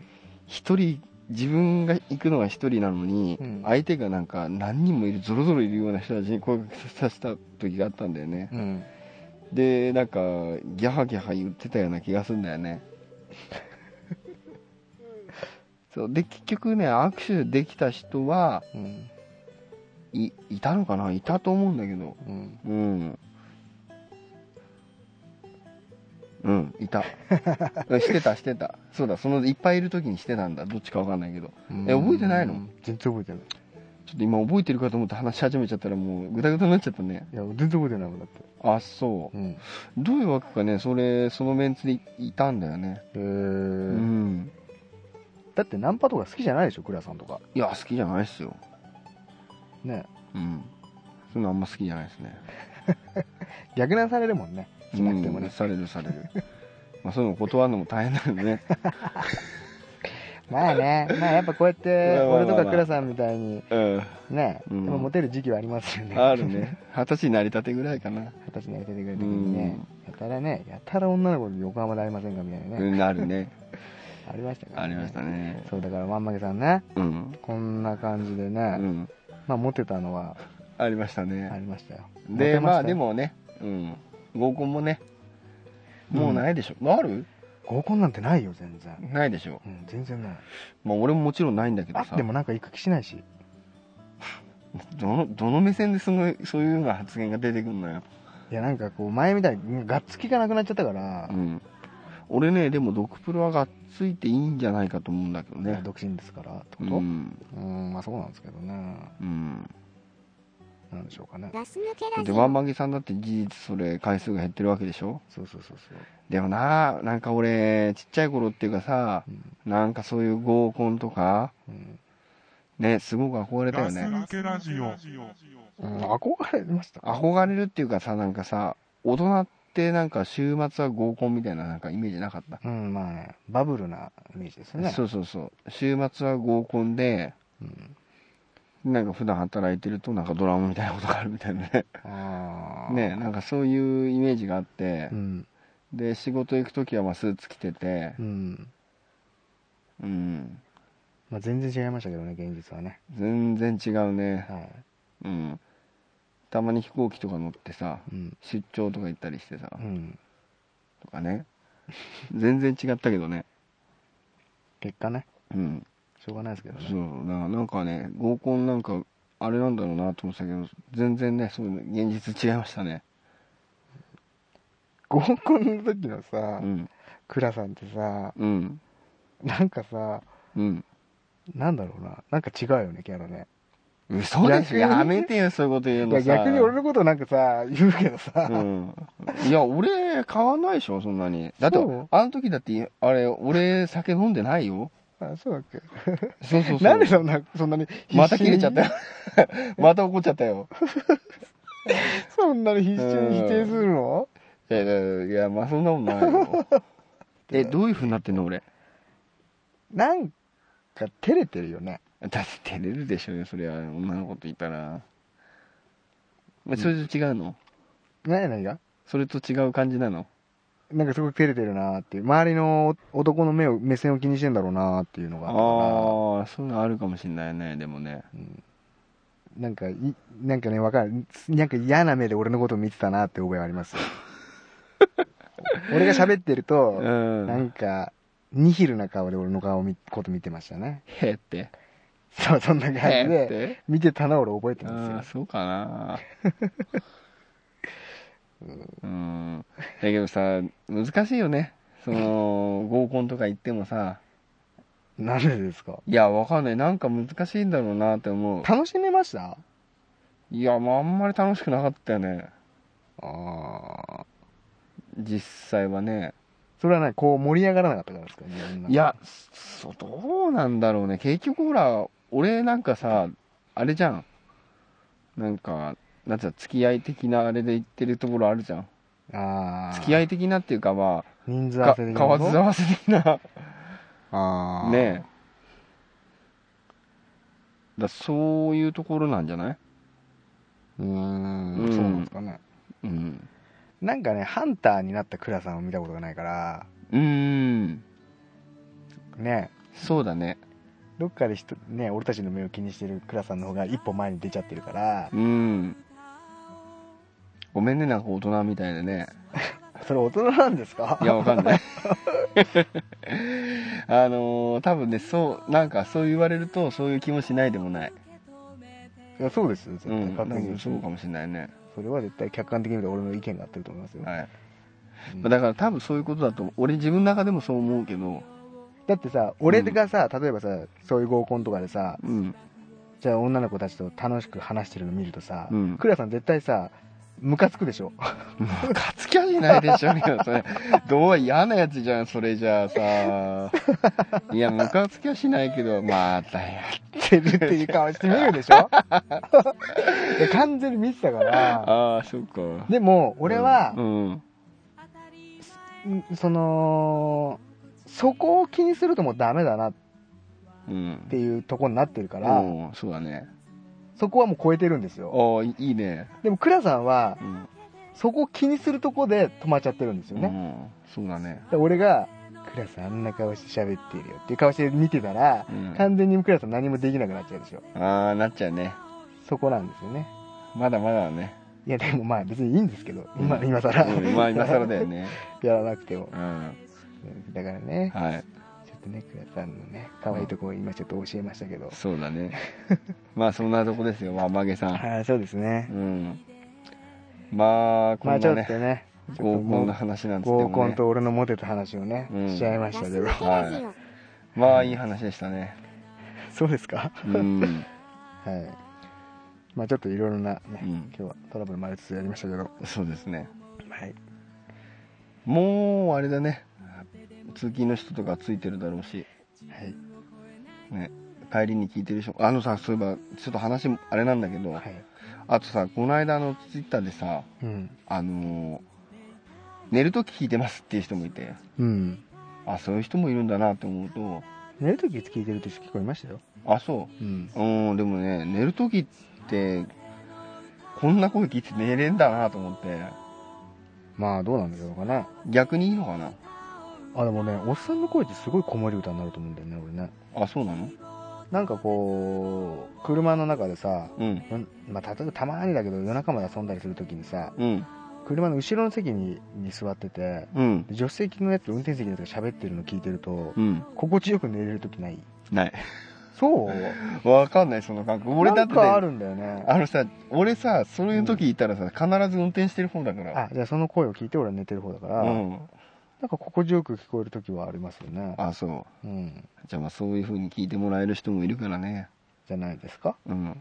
Speaker 3: 一、人自分が行くのが一人なのに、
Speaker 4: うん
Speaker 3: 相手がなんか何人もいるゾロゾロいるような人たちに声かけさせた時があったんだよね、
Speaker 4: うん
Speaker 3: でなんかギャハギャハ言ってたような気がするんだよねそうで結局ね握手できた人は
Speaker 4: うん
Speaker 3: いいたのかないたと思うんだけど
Speaker 4: うん
Speaker 3: うんうんいたしてたしてたそうだそのいっぱいいる時にしてたんだどっちかわかんないけどえ覚えてないの
Speaker 4: 全然覚えてない
Speaker 3: ちょっと今覚えてるかと思って話し始めちゃったらもうグダグダになっちゃったね
Speaker 4: いや全然覚えてないもんだって
Speaker 3: あそう
Speaker 4: うん
Speaker 3: どういうわけかねそれそのメンツでいいたんだよね
Speaker 4: え
Speaker 3: う
Speaker 4: ー
Speaker 3: ん
Speaker 4: だってナンパとか好きじゃないでしょ倉さんとか
Speaker 3: いや好きじゃないっすよ
Speaker 4: ね
Speaker 3: うんそういうのあんま好きじゃないですね
Speaker 4: 逆難されるもんねしなくても
Speaker 3: うん
Speaker 4: ね、
Speaker 3: されるされる まあそういうの断るのも大変なんで ね
Speaker 4: まあねまあやっぱこうやって
Speaker 3: まあまあまあ
Speaker 4: 俺とか倉さんみたいに
Speaker 3: うん
Speaker 4: ね、
Speaker 3: うん
Speaker 4: でもモテる時期はありますよね
Speaker 3: あるね二十歳になりたてぐらいかな
Speaker 4: 私にやっててくれた時にね、やたらねやたら女の子に横浜で会いませんかみたいなね、
Speaker 3: うんなるね
Speaker 4: ありましたから、
Speaker 3: あ
Speaker 4: ね、
Speaker 3: りまし たね
Speaker 4: そうだからまんまげさんね
Speaker 3: うん
Speaker 4: こんな感じでね
Speaker 3: う、ん
Speaker 4: まあモテたのは
Speaker 3: ありました
Speaker 4: あ
Speaker 3: ね
Speaker 4: りましたよモ
Speaker 3: で
Speaker 4: テ
Speaker 3: ま
Speaker 4: し
Speaker 3: あ
Speaker 4: た
Speaker 3: でもねうん合コンもねもうないでしょ、ある
Speaker 4: 合コンなんてないよ全然
Speaker 3: ないでしょ
Speaker 4: うん全然ない
Speaker 3: まあ俺ももちろんないんだけ
Speaker 4: あ
Speaker 3: ど
Speaker 4: っ
Speaker 3: さ
Speaker 4: てもなんか行く気しないし
Speaker 3: どのどの目線でそのそういうような発言が出てくるのよ
Speaker 4: いやなんかこう前みたいにがっつきがなくなっちゃったから、
Speaker 3: うん俺ねでもドクプロはがっついていいんじゃないかと思うんだけどね
Speaker 4: 独身ですからってこ
Speaker 3: う
Speaker 4: とうん
Speaker 3: ん
Speaker 4: まあそうなんですけどね
Speaker 3: うん
Speaker 4: なんでしょうかね
Speaker 5: ガス抜け
Speaker 3: だ
Speaker 5: ラ
Speaker 3: って
Speaker 5: ジ
Speaker 3: ワ
Speaker 5: オ
Speaker 3: ンマギさんだって事実それ回数が減ってるわけでしょ
Speaker 4: そうそうそうそう
Speaker 3: でもななんか俺ちっちゃい頃っていうかさ
Speaker 4: うん
Speaker 3: なんかそういう合コンとか
Speaker 4: うん、
Speaker 3: ねすごく憧れたよね
Speaker 1: ガス抜けラジオ
Speaker 4: うん、憧れましたか
Speaker 3: 憧れるっていうかさなんかさ大人ってなんか週末は合コンみたいななんかイメージなかった、
Speaker 4: うんまあねバブルなイメージですね
Speaker 3: そうそうそう週末は合コンで
Speaker 4: うん、
Speaker 3: なんか普段働いてるとなんかドラマみたいなことがあるみたいなね
Speaker 4: ああ
Speaker 3: ねなんかそういうイメージがあって
Speaker 4: う、ん
Speaker 3: で仕事行く時はまあスーツ着てて
Speaker 4: うん
Speaker 3: うん
Speaker 4: まあ、全然違いましたけどね現実はね
Speaker 3: 全然違うね
Speaker 4: はい
Speaker 3: うんたまに飛行機とか乗ってさ
Speaker 4: うん
Speaker 3: 出張とか行ったりしてさ、
Speaker 4: うん
Speaker 3: とかね全然違ったけどね
Speaker 4: 結果ね
Speaker 3: うん
Speaker 4: しょうがないですけどね
Speaker 3: そうだからなんかね合コンなんかあれなんだろうなと思ってたけど全然ねそう現実違いましたね
Speaker 4: 合コンの時の
Speaker 3: う
Speaker 4: さ
Speaker 3: ん
Speaker 4: 倉、さんってさ
Speaker 3: うん
Speaker 4: なんかさ
Speaker 3: うん
Speaker 4: なんだろうななんか違うよねキャラね
Speaker 3: 嘘でしょ
Speaker 4: 逆に
Speaker 3: やめてよそういうこと言う
Speaker 4: い
Speaker 3: の
Speaker 4: や
Speaker 3: さ
Speaker 4: 逆に俺のことなんかさ言うけどさ、
Speaker 3: うん、いや俺変わんないでしょそんなにだって
Speaker 4: そう
Speaker 3: あの時だってあれ俺酒飲んでないよ
Speaker 4: あそうだっけ
Speaker 3: そうそうそう
Speaker 4: なんでそんなそんなに必死に
Speaker 3: また切れちゃったよまた怒っちゃったよ
Speaker 4: そんなに必死に否定するの、
Speaker 3: いやいやいやまあそんなもんないよえどういうふうになってんの俺
Speaker 4: なんか照れてるよね
Speaker 3: だって照れるでしょうよそりゃ女の子といたら、まあ、それと違うの、
Speaker 4: 何何が
Speaker 3: それと違う感じなの
Speaker 4: なんかすごく照れてるなーっていう周りの男の目を目線を気にしてんだろうなーっていうのがあったから
Speaker 3: ああそういうのあるかもしれないねでもね
Speaker 4: なんかい、なんかね、わかる。なんか嫌な目で俺のこと見てたなって覚えはあり ますよ。俺が喋ってる
Speaker 3: う
Speaker 4: と、なんんか、ニヒルな顔で俺の顔を見こと見てましたね。
Speaker 3: へって
Speaker 4: そう、そんな感じ
Speaker 3: へ
Speaker 4: で、
Speaker 3: って
Speaker 4: 見てたのは俺覚えて
Speaker 3: あ
Speaker 4: ま
Speaker 3: あ
Speaker 4: すよ。
Speaker 3: そうかなうんだけどさ難しいよねその合コンとか行ってもさ
Speaker 4: なんでですか
Speaker 3: いやわかんないなんか難しいんだろうなって思う
Speaker 4: 楽しめました
Speaker 3: いやまああんまり楽しくなかったよね
Speaker 4: ああ。
Speaker 3: 実際はね、
Speaker 4: それはね、こう盛り上がらなかったからですかね。みんない
Speaker 3: やそどうなんだろうね結局ほら俺なんかさあれじゃんなんかなんつうの付き合い的なあれで言ってるところあるじゃん
Speaker 4: ああ。
Speaker 3: 付き合い的なっていうかま
Speaker 4: 人数合
Speaker 3: あ
Speaker 4: わ
Speaker 3: か
Speaker 4: せで
Speaker 3: 顔合わせ的な
Speaker 4: ああ。
Speaker 3: ねえだそういうところなんじゃない
Speaker 4: え。うー。
Speaker 3: うんん
Speaker 4: そうなんですかね。
Speaker 3: うん
Speaker 4: なんかね、ハンターになったクラさんを見たことがないから、
Speaker 3: うーん
Speaker 4: ね、
Speaker 3: そうだね
Speaker 4: どっかで人、ね、俺たちの目を気にしてるクラさんの方が一歩前に出ちゃってるから
Speaker 3: う、んごめんねなんか大人みたいでね
Speaker 4: それ大人なんですか
Speaker 3: いや、わかん ない。あのー多分ね、そう、なんかそう言われると、そういう気もしないでもない。
Speaker 4: いやそうですよ、絶
Speaker 3: う
Speaker 4: 対
Speaker 3: ん、多
Speaker 4: 確認
Speaker 3: 分そうかもしれないね。
Speaker 4: それは絶対客観的に見て俺の意見が合ってると思いますよ。
Speaker 3: はい。
Speaker 4: うん
Speaker 3: まあだから多分そういうことだと、俺自分の中でもそう思うけど、
Speaker 4: だってさ、俺がさ、例えばさ、そういう合コンとかでさ、
Speaker 3: うん、
Speaker 4: じゃあ女の子たちと楽しく話してるの見るとさ、
Speaker 3: うん
Speaker 4: クラさん絶対さ、ムカつくでしょ。
Speaker 3: ムカつきはしないでしょうよ、それ。どう嫌なやつじゃん、それじゃあさ。いや、ムカつきはしないけど、またや
Speaker 4: ってるっていう顔して見るでし ょいや完全に見てたから、
Speaker 3: ああ、そっか。
Speaker 4: でも俺は
Speaker 3: う、ん、
Speaker 4: んそのそこを気にするともうダメだなっ
Speaker 3: うん
Speaker 4: て。いうとこになってるから、
Speaker 3: うん、そうだね。
Speaker 4: そこはもう超えてるんですよ
Speaker 3: ああ、いいね。
Speaker 4: でも倉さんは
Speaker 3: うん。
Speaker 4: そこを気にするとこで止まっちゃってるんですよ
Speaker 3: う
Speaker 4: ね、
Speaker 3: ん、そうだね。
Speaker 4: で俺が「倉さんあんな顔して喋ってるよ」っていう顔して見てたら、
Speaker 3: うん
Speaker 4: 完全に倉さん何もできなくなっちゃうでしょ
Speaker 3: ああなっちゃうね
Speaker 4: そこなんですよね
Speaker 3: まだまだだね、
Speaker 4: いやでもまあ別にいいんですけど今,、
Speaker 3: うん
Speaker 4: 今更、
Speaker 3: うん、まあ今更だよね
Speaker 4: やらなくても
Speaker 3: うん
Speaker 4: うんだからね
Speaker 3: はい
Speaker 4: ちょっとね倉さんのね可愛いとこを今ちょっと教えましたけど、
Speaker 3: そうだねまあそんなとこですよまあマゲさん
Speaker 4: はいそうですね
Speaker 3: うんまあこ
Speaker 4: まあ
Speaker 3: ん
Speaker 4: ちょ
Speaker 3: な
Speaker 4: っと
Speaker 3: ね
Speaker 4: ねちょ
Speaker 3: 合
Speaker 4: っと
Speaker 3: コ
Speaker 4: も
Speaker 3: ン
Speaker 4: う
Speaker 3: の話なんですけど
Speaker 4: 合
Speaker 3: ね
Speaker 4: コンと俺のモテた話をね、
Speaker 3: うん
Speaker 4: しちゃいましたけ
Speaker 5: ラス
Speaker 4: ど
Speaker 5: 抜けラジオ。
Speaker 3: まあいい話でしたね
Speaker 4: そうですか
Speaker 3: うん
Speaker 4: はいまあちょっといろいろなね、
Speaker 3: うん
Speaker 4: 今日はトラブルもありつつやりましたけど
Speaker 3: そうですね
Speaker 4: はい
Speaker 3: もうあれだね通勤の人とかついてるだろうし
Speaker 4: はい
Speaker 3: ね帰りに聞いてる人あのさそういえばちょっと話もあれなんだけど、
Speaker 4: はい
Speaker 3: あとさこの間あのツイッターでさ
Speaker 4: うん
Speaker 3: あのー寝るとき聞いてますっていう人もいて
Speaker 4: うん
Speaker 3: あそういう人もいるんだなって思うと
Speaker 4: 寝るとき聞いてるって聞こえましたよ
Speaker 3: あそ
Speaker 4: うん
Speaker 3: ううんでもね寝るときってこんな声聞いて寝れんだなと思って
Speaker 4: まあどうなんだろうかな
Speaker 3: 逆にいいのかな
Speaker 4: あでもねおっさんの声ってすごい子守歌になると思うんだよね俺ね
Speaker 3: あそうなの
Speaker 4: なんかこう車の中でさ、
Speaker 3: うん
Speaker 4: よんまあ、例えばたまにだけど夜中まで遊んだりするときにさ
Speaker 3: うん
Speaker 4: 車の後ろの席にに座ってて
Speaker 3: うん
Speaker 4: で助手席のやつと運転席のやつが喋ってるの聞いてると
Speaker 3: うん
Speaker 4: 心地よく寝れるときない
Speaker 3: ない
Speaker 4: そう
Speaker 3: わかんないその感覚俺だって
Speaker 4: なんかあ
Speaker 3: あ
Speaker 4: るんだよね
Speaker 3: のさ俺さそういう時いたらさ、必ず運転してる方だから
Speaker 4: あじゃあその声を聞いて俺は寝てる方だから、
Speaker 3: うん
Speaker 4: なんか心地よく聞こえるときはありますよね
Speaker 3: あそう
Speaker 4: うん
Speaker 3: じゃあまあそういう風に聞いてもらえる人もいるからね
Speaker 4: じゃないですか
Speaker 3: うん
Speaker 4: はい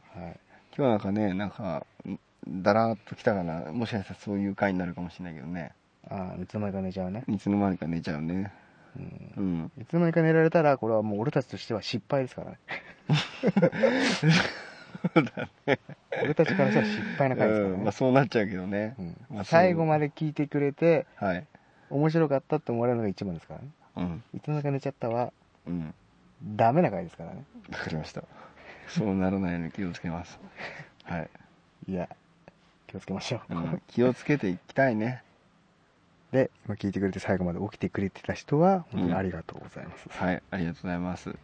Speaker 3: 今日なんかねなんかんだらーっときたからもしかしたらそういう回になるかもしれないけどね
Speaker 4: あいつの間にか寝ちゃうね、
Speaker 3: いつの間にか寝ちゃうね
Speaker 4: うん、
Speaker 3: うん
Speaker 4: いつの間にか寝られたらこれはもう俺たちとしては失敗ですからね 俺たちからしたら失敗な回ですから
Speaker 3: うん
Speaker 4: ね
Speaker 3: まあ、そうなっちゃうけどね、
Speaker 4: うん
Speaker 3: まあそう
Speaker 4: 最後まで聞いてくれて
Speaker 3: はい
Speaker 4: 面白かったって思われるのが一番ですからね
Speaker 3: うん
Speaker 4: いつの間にか寝ちゃったは
Speaker 3: うん
Speaker 4: ダメな回ですからね
Speaker 3: わかりましたそうならないように気をつけますはい、
Speaker 4: いや気をつけましょう、
Speaker 3: うん、気をつけていきたいね
Speaker 4: で、まあ、聞いてくれて最後まで起きてくれてた人は本当にありがとうございます、
Speaker 3: はいありがとうございます
Speaker 4: はい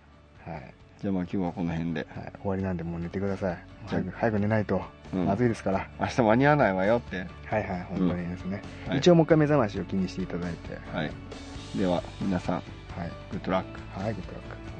Speaker 3: じゃあまあ今日はこの辺で
Speaker 4: はい、終わりなんでもう寝てください
Speaker 3: じゃ
Speaker 4: 早
Speaker 3: あ
Speaker 4: く早く寝ないと、
Speaker 3: うん
Speaker 4: まずいですから
Speaker 3: 明日間に合わないわよって
Speaker 4: はいはい本当にですね、
Speaker 3: はい
Speaker 4: 一応もう一回目覚ましを気にしていただいて
Speaker 3: はいでは皆さん
Speaker 4: はい
Speaker 3: グッドラック
Speaker 4: はいグッドラック